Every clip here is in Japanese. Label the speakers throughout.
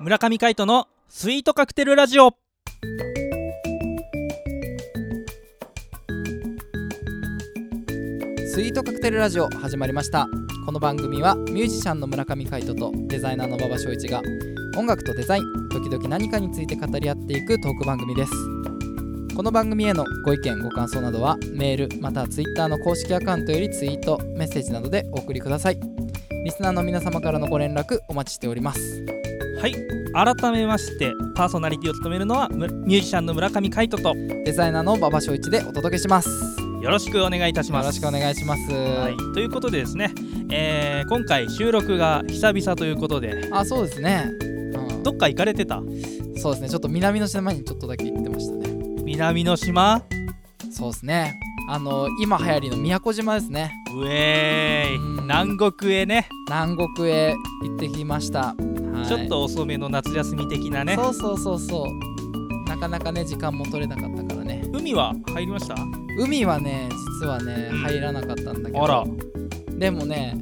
Speaker 1: 村上海人のスイートカクテルラジオ
Speaker 2: スイートカクテルラジオ始まりましたこの番組はミュージシャンの村上海人とデザイナーの馬場翔一が音楽とデザイン時々何かについて語り合っていくトーク番組ですこの番組へのご意見ご感想などはメールまたはツイッターの公式アカウントよりツイートメッセージなどでお送りくださいリスナーの皆様からのご連絡お待ちしております
Speaker 1: はい改めましてパーソナリティを務めるのはむミュージシャンの村上海人とよ
Speaker 2: デザイナーの馬場翔一でお届けします
Speaker 1: ろしくお願いいたし
Speaker 2: よ
Speaker 1: ます
Speaker 2: ろしくお願いします、
Speaker 1: はい、ということでですね、えー今回収録が久々ということで
Speaker 2: あそうですね、うん
Speaker 1: どっか行かれてた
Speaker 2: そうですねちょっと南の島にちょっとだけ行ってましたね
Speaker 1: 南の島
Speaker 2: そうですね。あの今流行りの宮古島ですね。
Speaker 1: ウェーイ
Speaker 2: うん
Speaker 1: 南国へね
Speaker 2: 南国へ行ってきました。はい
Speaker 1: ちょっと遅めの夏休み的なね
Speaker 2: そうそうそうそう。なかなかね時間も取れなかったからね。
Speaker 1: 海は入りました
Speaker 2: 海はね実はね
Speaker 1: うん
Speaker 2: 入らなかったんだけど。
Speaker 1: あら
Speaker 2: でもね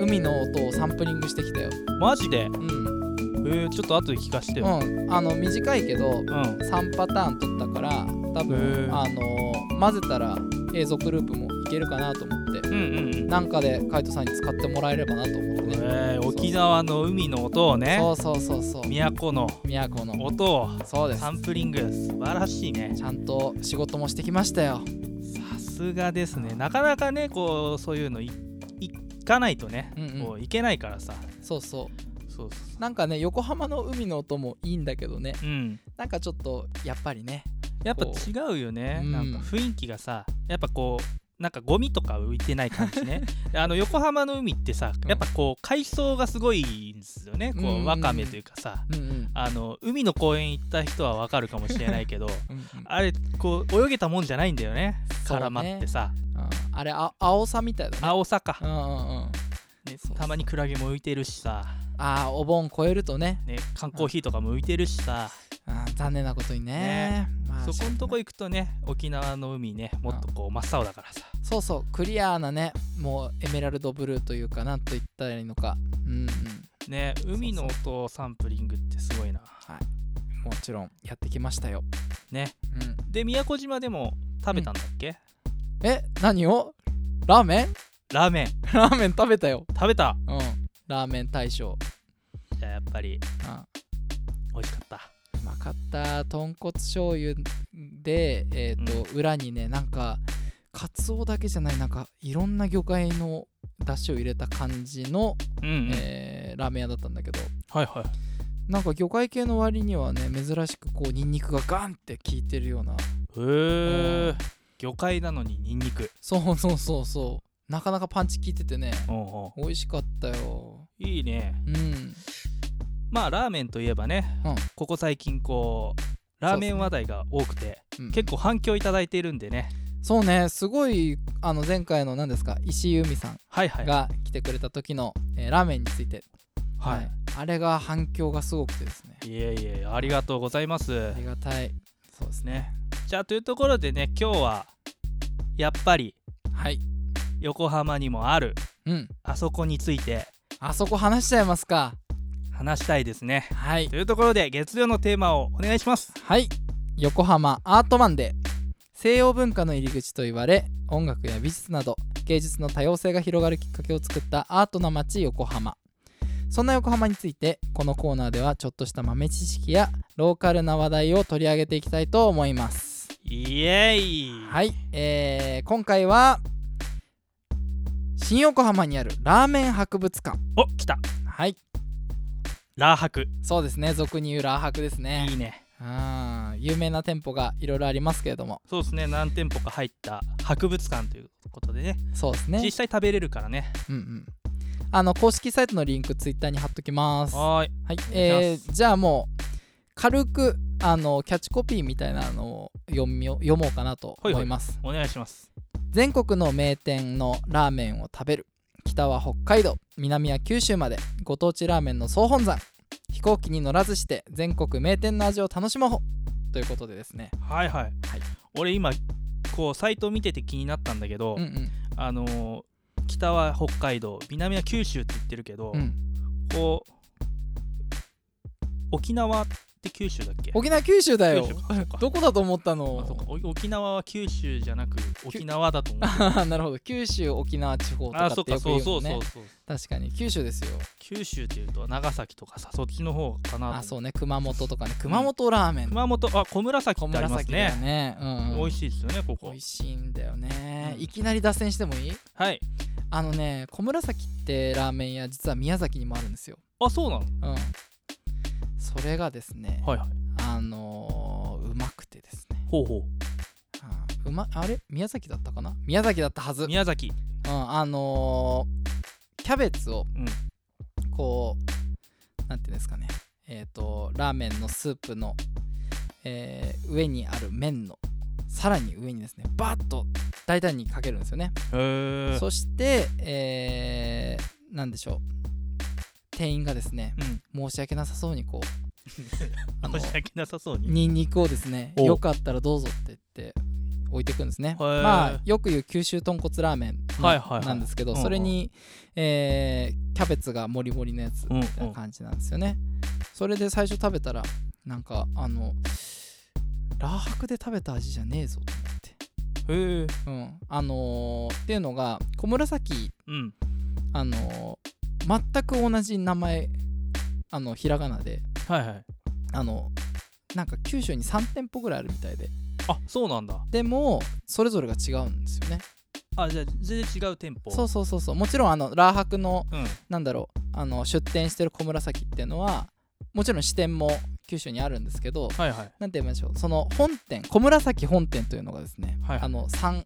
Speaker 2: 海の音をサンプリングしてきたよ。
Speaker 1: マジで
Speaker 2: うん。
Speaker 1: えー、ちょっと後で聞かせてよ、
Speaker 2: うん。あの短いけど
Speaker 1: うん
Speaker 2: 3パターン取ったから多
Speaker 1: へ
Speaker 2: 分
Speaker 1: ー
Speaker 2: あの混ぜたら映像クループもいけるかなと思って。
Speaker 1: うんうんうん
Speaker 2: なんかでカイトさんに使ってもらえればなと思ってね。
Speaker 1: えー沖縄の海の音をね
Speaker 2: そうそうそうそう。
Speaker 1: 都の
Speaker 2: 都の
Speaker 1: 音を
Speaker 2: そうです
Speaker 1: サンプリング素晴らしいね
Speaker 2: ちゃんと仕事もしてきましたよ
Speaker 1: さすがですねなかなかねこうそういうのい行かないとね、
Speaker 2: うんうん
Speaker 1: こう行けないからさ
Speaker 2: そうそう
Speaker 1: そうそ
Speaker 2: なんかね横浜の海の音もいいんだけどね
Speaker 1: ううん
Speaker 2: なんかちょっとやっぱりね
Speaker 1: やっぱ違うよね、
Speaker 2: うん
Speaker 1: なんか雰囲気がさやっぱこうなんかゴミとか浮いてない感じ ねあの横浜の海ってさやっぱこう海藻がすごいんですよね
Speaker 2: うんうん
Speaker 1: こ
Speaker 2: う
Speaker 1: うんわかめというかさ
Speaker 2: うんうん
Speaker 1: あの海の公園行った人はわかるかもしれないけど
Speaker 2: うんうん
Speaker 1: あれこう泳げたもんじゃないんだよね
Speaker 2: そうね
Speaker 1: 絡まってさ、
Speaker 2: うんあれあ青さみたいだね
Speaker 1: 青さか
Speaker 2: う、んうんうん
Speaker 1: ね
Speaker 2: そうそう
Speaker 1: たまにクラゲも浮いてるしさ、
Speaker 2: あーお盆越えるとね
Speaker 1: ね、缶コーヒーとかも浮いてるしさ、
Speaker 2: あー残念なことにねまあ
Speaker 1: そこんとこ行くとね沖縄の海ねもっとこう真っ青だからさ、
Speaker 2: そうそうクリアーなねもうエメラルドブルーというかなんと言ったらいいのかうんうん
Speaker 1: ね
Speaker 2: う
Speaker 1: 海の音をサンプリングってすごいな
Speaker 2: もちろんやってきましたよ
Speaker 1: ね
Speaker 2: うん
Speaker 1: で宮古島でも食べたんだっけ、
Speaker 2: え何をラーメン
Speaker 1: ラーメン
Speaker 2: ラーメン食べたよ
Speaker 1: 食べた
Speaker 2: うんラーメン大賞
Speaker 1: じゃあやっぱり
Speaker 2: あ
Speaker 1: 美味しかった
Speaker 2: うまかった豚骨醤油でえっ、と、裏にねなんかカツオだけじゃないなんかいろんな魚介のだしを入れた感じの、
Speaker 1: うん、うん
Speaker 2: えーラーメン屋だったんだけど
Speaker 1: はいはい
Speaker 2: なんか魚介系の割にはね珍しくこうニンニクがガンって効いてるような
Speaker 1: へえ魚介なのにニンニク
Speaker 2: そうそうそうそうなかなかパンチ効いててね
Speaker 1: おうお
Speaker 2: 美味しかったよ
Speaker 1: ういいね
Speaker 2: うん
Speaker 1: まあラーメンといえばね、
Speaker 2: うん
Speaker 1: ここ最近こうラーメン話題が多くて、
Speaker 2: うん
Speaker 1: 結構反響いただいているんでね
Speaker 2: そうねすごいあの前回の何ですか石井由美さん
Speaker 1: はいはい
Speaker 2: が来てくれた時の、えーラーメンについて、
Speaker 1: は
Speaker 2: あれが反響がすごくてですね
Speaker 1: い、いえいえありがとうございます
Speaker 2: ありがたいそうですね
Speaker 1: ねじゃあというところでね今日はやっぱり
Speaker 2: はい
Speaker 1: 横浜にもある
Speaker 2: うん
Speaker 1: あそこについて
Speaker 2: あそこ話しちゃいますか
Speaker 1: 話したいですね
Speaker 2: はい
Speaker 1: というところで月曜のテーマをお願いします
Speaker 2: はい横浜アートマンデー西洋文化の入り口と言われ音楽や美術など芸術の多様性が広がるきっかけを作ったアートな街横浜そんな横浜についてこのコーナーではちょっとした豆知識やローカルな話題を取り上げていきたいと思います
Speaker 1: イエイ
Speaker 2: はい、えー今回は新横浜にあるラーメン博物館
Speaker 1: お来た
Speaker 2: はい
Speaker 1: ラー博
Speaker 2: そうですね俗に言うラー博ですね
Speaker 1: いいね
Speaker 2: うん有名な店舗がいろいろありますけれども
Speaker 1: そうですね何店舗か入った博物館ということでね
Speaker 2: そうです
Speaker 1: 実
Speaker 2: ね
Speaker 1: 際食べれるからね
Speaker 2: うんうんあの公式サイトのリンクツイッターに貼っときますは
Speaker 1: はーい
Speaker 2: い、
Speaker 1: お願い
Speaker 2: え
Speaker 1: し
Speaker 2: ーじゃあもう軽くあのキャッチコピーみたいなのを読みよ読もうかなと思います
Speaker 1: お願いします
Speaker 2: 全国の名店のラーメンを食べる北は北海道南は九州までご当地ラーメンの総本山飛行機に乗らずして全国名店の味を楽しもうということでですね
Speaker 1: はいはい、
Speaker 2: はい
Speaker 1: 俺今こうサイトを見てて気になったんだけど、
Speaker 2: うんうん
Speaker 1: あのー北は北海道南は九州って言ってるけど、
Speaker 2: うん、
Speaker 1: こう沖縄って九州だっけ
Speaker 2: 沖縄九州だよ
Speaker 1: 九州かそうか
Speaker 2: どこだと思った
Speaker 1: あそうか
Speaker 2: の
Speaker 1: お沖縄は九州じゃなく沖縄だと思う
Speaker 2: あ なるほど九州沖縄地方とか
Speaker 1: あ
Speaker 2: っ
Speaker 1: そう
Speaker 2: てよ
Speaker 1: か
Speaker 2: く言
Speaker 1: そううそ
Speaker 2: も
Speaker 1: うんそ
Speaker 2: ね
Speaker 1: うそう
Speaker 2: 確かに九州ですよ
Speaker 1: 九州っていうと長崎とかさそっちの方かなと
Speaker 2: あそうね熊本とかね熊本ラーメン
Speaker 1: 熊本あ小紫
Speaker 2: 小
Speaker 1: ってあります
Speaker 2: 紫だよ
Speaker 1: ね
Speaker 2: ねうん
Speaker 1: 美味しいですよねこ
Speaker 2: 美
Speaker 1: こ
Speaker 2: 味しいんだよね
Speaker 1: うん
Speaker 2: いきなり脱線してもいい
Speaker 1: はい
Speaker 2: あのね小紫ってラーメン屋実は宮崎にもあるんですよ
Speaker 1: あそうなの
Speaker 2: うんそれがですね
Speaker 1: はいはい
Speaker 2: あのーうまくてですね
Speaker 1: ほうほ
Speaker 2: あうまあれ宮崎だったかな宮崎だったはず、
Speaker 1: う
Speaker 2: うん、
Speaker 1: 宮崎
Speaker 2: あのーキャベツを
Speaker 1: うん
Speaker 2: こうなんていうんですかねえっ、とラーメンのスープの、えー上にある麺のさらに上にですねバーッと大胆にかけるんですよね、
Speaker 1: へえ
Speaker 2: そして、えー、なんでしょう店員がですね
Speaker 1: うん
Speaker 2: 申し訳なさそうにこうあの
Speaker 1: 申し訳なさそうに
Speaker 2: ニンニクをですね
Speaker 1: お
Speaker 2: よかったらどうぞって言って置いてくんですね
Speaker 1: へー
Speaker 2: まあよく言う九州豚骨ラーメンな,、
Speaker 1: はいはいはい
Speaker 2: んですけど、
Speaker 1: うんうん
Speaker 2: それに、えーキャベツがもりもりのやつ
Speaker 1: うんうん
Speaker 2: みたいな感じなんですよね、それで最初食べたらなんかあのラー白で食べた味じゃねえぞと
Speaker 1: へえ
Speaker 2: 思って、うん、あのーっていうのが小紫
Speaker 1: うん
Speaker 2: あのー全く同じ名前あのひらがなで
Speaker 1: はいはい
Speaker 2: あのなんか九州に3店舗ぐらいあるみたいで
Speaker 1: あそうなんだ
Speaker 2: でもそれぞれが違うんですよね
Speaker 1: あじゃあ全然違う店舗
Speaker 2: そうそうそうそうもちろんあのラーハクの
Speaker 1: うん
Speaker 2: なんだろうあの出店してる小紫っていうのはもちろん支店も九州にあるんですけど
Speaker 1: はいはい
Speaker 2: なんて言いましょうその本店小紫本店というのがですね、
Speaker 1: はいはい
Speaker 2: あの 3,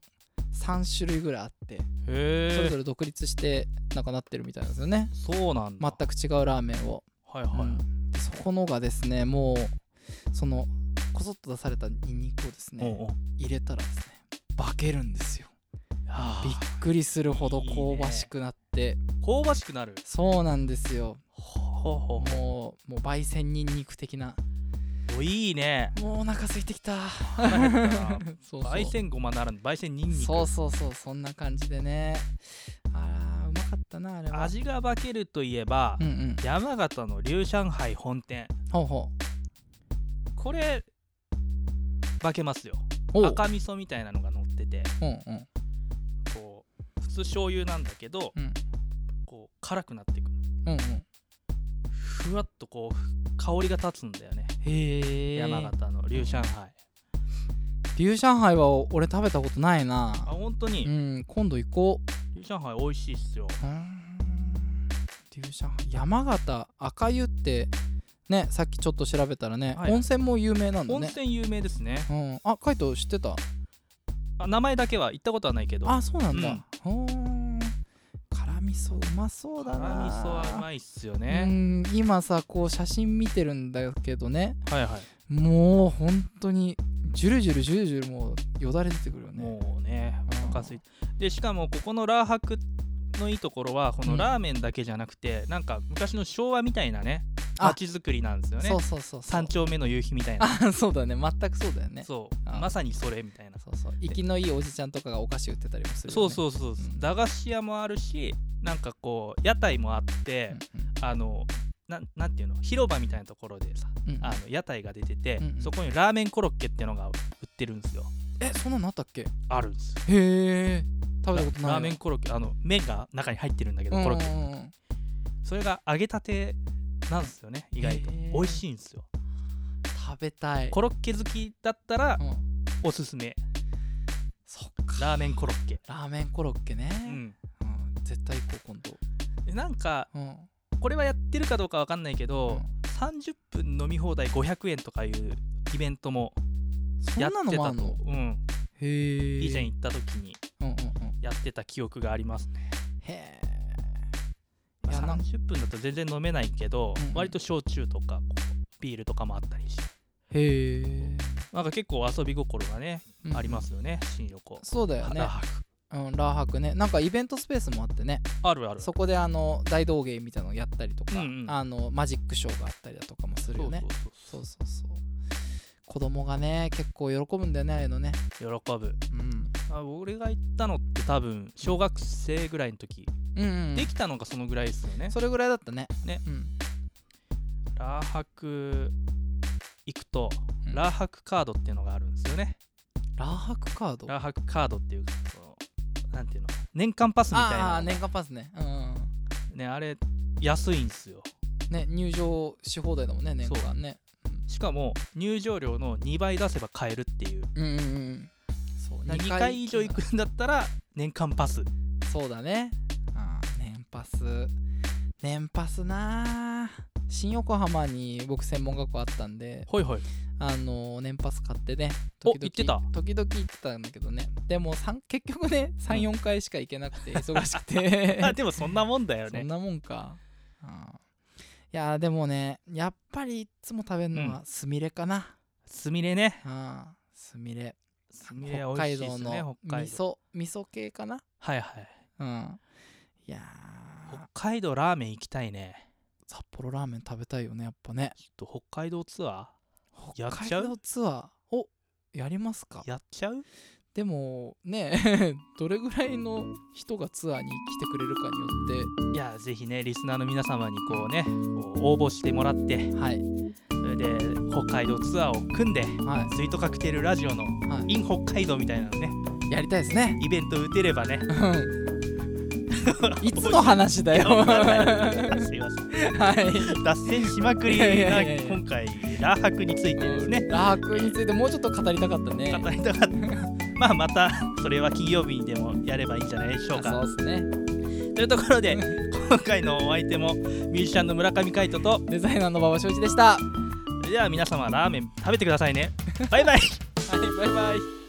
Speaker 2: 三種類ぐらいあってそれ
Speaker 1: へ
Speaker 2: ぞ
Speaker 1: え
Speaker 2: れ独立してなんかなってるみたいなんですよね
Speaker 1: そうなん
Speaker 2: 全
Speaker 1: だ
Speaker 2: く違うラーメンを、
Speaker 1: はいはい
Speaker 2: うんでそこのがですねもうそのこそっと出されたニンニクをですね
Speaker 1: おうおう
Speaker 2: 入れたらですね化けるんですよ
Speaker 1: あ
Speaker 2: びっくりするほど香ばしくなって
Speaker 1: ー香ばしくなる
Speaker 2: そうなんですよ
Speaker 1: ほうほうほ
Speaker 2: もうもう焙煎ニンニク的な
Speaker 1: うおいいね
Speaker 2: もうお腹空いてきた
Speaker 1: 腹減ったな
Speaker 2: そうそう
Speaker 1: 焙煎ごまならぬ焙煎ニンニク
Speaker 2: そうそうそうそんな感じでねあらうまかったなあれは
Speaker 1: 味が化けるといえば、
Speaker 2: うんうん
Speaker 1: 山形の龍上海本店
Speaker 2: ほうほ
Speaker 1: これ化けますよ
Speaker 2: うおう
Speaker 1: 赤味噌みたいなのが乗ってて
Speaker 2: うんうん
Speaker 1: こう普通醤油なんだけど、
Speaker 2: うん
Speaker 1: こう辛くなっていく
Speaker 2: うんうん
Speaker 1: ふわっとこう香りが立つんだよね、
Speaker 2: へえ
Speaker 1: 山形の龍上海
Speaker 2: 龍上海は俺食べたことないな
Speaker 1: あ本当
Speaker 2: う
Speaker 1: に
Speaker 2: ん今度行こ
Speaker 1: 龍上海美味しいっすよ
Speaker 2: ううーん龍上海山形赤湯ってねさっきちょっと調べたらね、
Speaker 1: はい
Speaker 2: 温泉も有名なんだ
Speaker 1: 温
Speaker 2: ね
Speaker 1: 泉有名ですね
Speaker 2: うん、あカイト知ってた
Speaker 1: あ名前だけは行ったことはないけど
Speaker 2: あそうなんだ、ほーん辛味噌うまそうだ
Speaker 1: 辛味噌
Speaker 2: な
Speaker 1: はうまいっすよ
Speaker 2: う
Speaker 1: ね、
Speaker 2: ん今さこう写真見てるんだけどね
Speaker 1: はいはい
Speaker 2: もう本当にジュルジュルジュルジュルもうよだれ出てくるよね
Speaker 1: もうね
Speaker 2: う
Speaker 1: お
Speaker 2: ん
Speaker 1: 腹すいてでしかもここのラーハクのいいところはこ
Speaker 2: う
Speaker 1: の
Speaker 2: ん
Speaker 1: ラーメンだけじゃなくて、なんか昔の昭和みたいなね
Speaker 2: あ
Speaker 1: 街づくりなんですよね
Speaker 2: そうそうそうそう
Speaker 1: 三丁目の夕日みたいな
Speaker 2: あ そうだね全くそうだよね
Speaker 1: そ
Speaker 2: そ
Speaker 1: う
Speaker 2: あ
Speaker 1: まさにそれみたいな、
Speaker 2: うそう生きのいいおじちゃんとかがお菓子売ってたりもする
Speaker 1: そう
Speaker 2: よ、ね、う
Speaker 1: そうそうそう、
Speaker 2: うん
Speaker 1: 駄菓子屋もあるしなんかこう屋台もあって、あのなんなんていうの広場みたいなところでさ
Speaker 2: んうんうん
Speaker 1: あの屋台が出てて、
Speaker 2: うんうん
Speaker 1: そこにラーメンコロッケっていうのが売ってるんですよ
Speaker 2: えそんなのあったっけへ
Speaker 1: あるんですよ
Speaker 2: え食べたことない
Speaker 1: ラーメンコロッケあの麺が中に入ってるんだけど、コロッケ
Speaker 2: うんうんうん
Speaker 1: それが揚げたてなんですよね意外と
Speaker 2: へー
Speaker 1: 美味しいんですよ
Speaker 2: 食べたい
Speaker 1: コロッケ好きだったら
Speaker 2: うん
Speaker 1: おすすめ
Speaker 2: そっか
Speaker 1: ラーメンコロッケ
Speaker 2: ラーメンコロッケね、
Speaker 1: う
Speaker 2: うん
Speaker 1: ん
Speaker 2: 絶対行こう今度、
Speaker 1: でなんか
Speaker 2: うん
Speaker 1: これはやってるかどうかわかんないけ
Speaker 2: う
Speaker 1: ど
Speaker 2: ん、
Speaker 1: 30分飲み放題500円とかいうイベントも
Speaker 2: そん
Speaker 1: やって
Speaker 2: なのもあ
Speaker 1: た
Speaker 2: んの
Speaker 1: とうん
Speaker 2: へえ
Speaker 1: 以前行った時に
Speaker 2: うんうんうん
Speaker 1: やってた記憶がありますね
Speaker 2: へえいやなん
Speaker 1: 30分だと全然飲めないけど、
Speaker 2: うんうん
Speaker 1: 割と焼酎とかこうビールとかもあったりして
Speaker 2: へえ、
Speaker 1: なんか結構遊び心がね、
Speaker 2: うん
Speaker 1: ありますよね新横、
Speaker 2: そうだよね
Speaker 1: ラハク
Speaker 2: うんラーハクねなんかイベントスペースもあってね
Speaker 1: あるある
Speaker 2: そこであの大道芸みたいなのやったりとか、
Speaker 1: うんうん
Speaker 2: あのマジックショーがあったりだとかもするよね
Speaker 1: そうそうそう
Speaker 2: そうそうそう子供がね結構喜ぶんだよねああいうのね
Speaker 1: 喜ぶ
Speaker 2: うん
Speaker 1: あ俺が行ったのって多分小学生ぐらいの時、
Speaker 2: うんうん
Speaker 1: できたのがそのぐらいですよね
Speaker 2: それぐらいだったね
Speaker 1: ね
Speaker 2: うん
Speaker 1: ラーハク行くと、
Speaker 2: うん
Speaker 1: ラーハクカードっていうのがあるんですよね
Speaker 2: ラーハクカード
Speaker 1: ラーハクカードっていうそのなんていうの年間パスみたい
Speaker 2: あ
Speaker 1: な
Speaker 2: あ
Speaker 1: のが
Speaker 2: 年間パスねうんうんうん
Speaker 1: ねあれ安いんですよ
Speaker 2: ね入場し放題だもんね年間ね
Speaker 1: しかも入場料の2倍出せば買えるっていう
Speaker 2: うんうんうんうんそう
Speaker 1: 2回以上行くんだったら年間パス
Speaker 2: そうだねあー年パス年パスなあ新横浜に僕専門学校あったんで
Speaker 1: ほいほい
Speaker 2: あのー年パス買ってね
Speaker 1: お
Speaker 2: 時々
Speaker 1: 行ってた
Speaker 2: 時々行ってたんだけどねでもさん 結局ね34回しか行けなく て忙しく て
Speaker 1: あでもそんなもんだよ
Speaker 2: そ
Speaker 1: ね
Speaker 2: んなもんかあーいやーでもねやっぱりいつも食べるのはスミレかな、
Speaker 1: すみれね
Speaker 2: あースミレ
Speaker 1: すみれ美
Speaker 2: 北
Speaker 1: 味し
Speaker 2: 海
Speaker 1: いで
Speaker 2: 道
Speaker 1: すね
Speaker 2: の
Speaker 1: 北海
Speaker 2: 味
Speaker 1: 道
Speaker 2: 噌味噌系かな
Speaker 1: はいはい
Speaker 2: うんいやー
Speaker 1: 北海道ラーメン行きたいね
Speaker 2: 札幌ラーメン食べたいよねやっぱね
Speaker 1: ちょっと北海道ツアや
Speaker 2: 北
Speaker 1: っ
Speaker 2: 海
Speaker 1: ちゃう
Speaker 2: 道ツアーをやりますか
Speaker 1: ーやっちゃう
Speaker 2: でもね どれぐらいの人がツアーに来てくれるかによ
Speaker 1: いやぜひねリスナーの皆様にこうねこう応募してもらって
Speaker 2: ってはい
Speaker 1: それで北海道ツアーを組んで
Speaker 2: は
Speaker 1: スイートカクテルラジオの
Speaker 2: い、は
Speaker 1: in 北海道みたいなのね
Speaker 2: い、やりたいですね
Speaker 1: イベント打てれば ね
Speaker 2: いつの話だよ
Speaker 1: わかんない
Speaker 2: は
Speaker 1: すいません
Speaker 2: い
Speaker 1: 脱線しまくり
Speaker 2: いやい
Speaker 1: な
Speaker 2: やいやいや
Speaker 1: 今回ラーハクについてですね
Speaker 2: ラークについてもうちょっと語りたかったね
Speaker 1: 語りたかったまあまたそれは金曜日にでもやればいいんじゃないでしょうか
Speaker 2: あそうですね
Speaker 1: というところで今回のお相手もミュージシャンの村上海人と
Speaker 2: デザイナーの馬場正一でした、は
Speaker 1: それでは皆様ラーメン食べてくださいねバイバイ
Speaker 2: い、バイバイ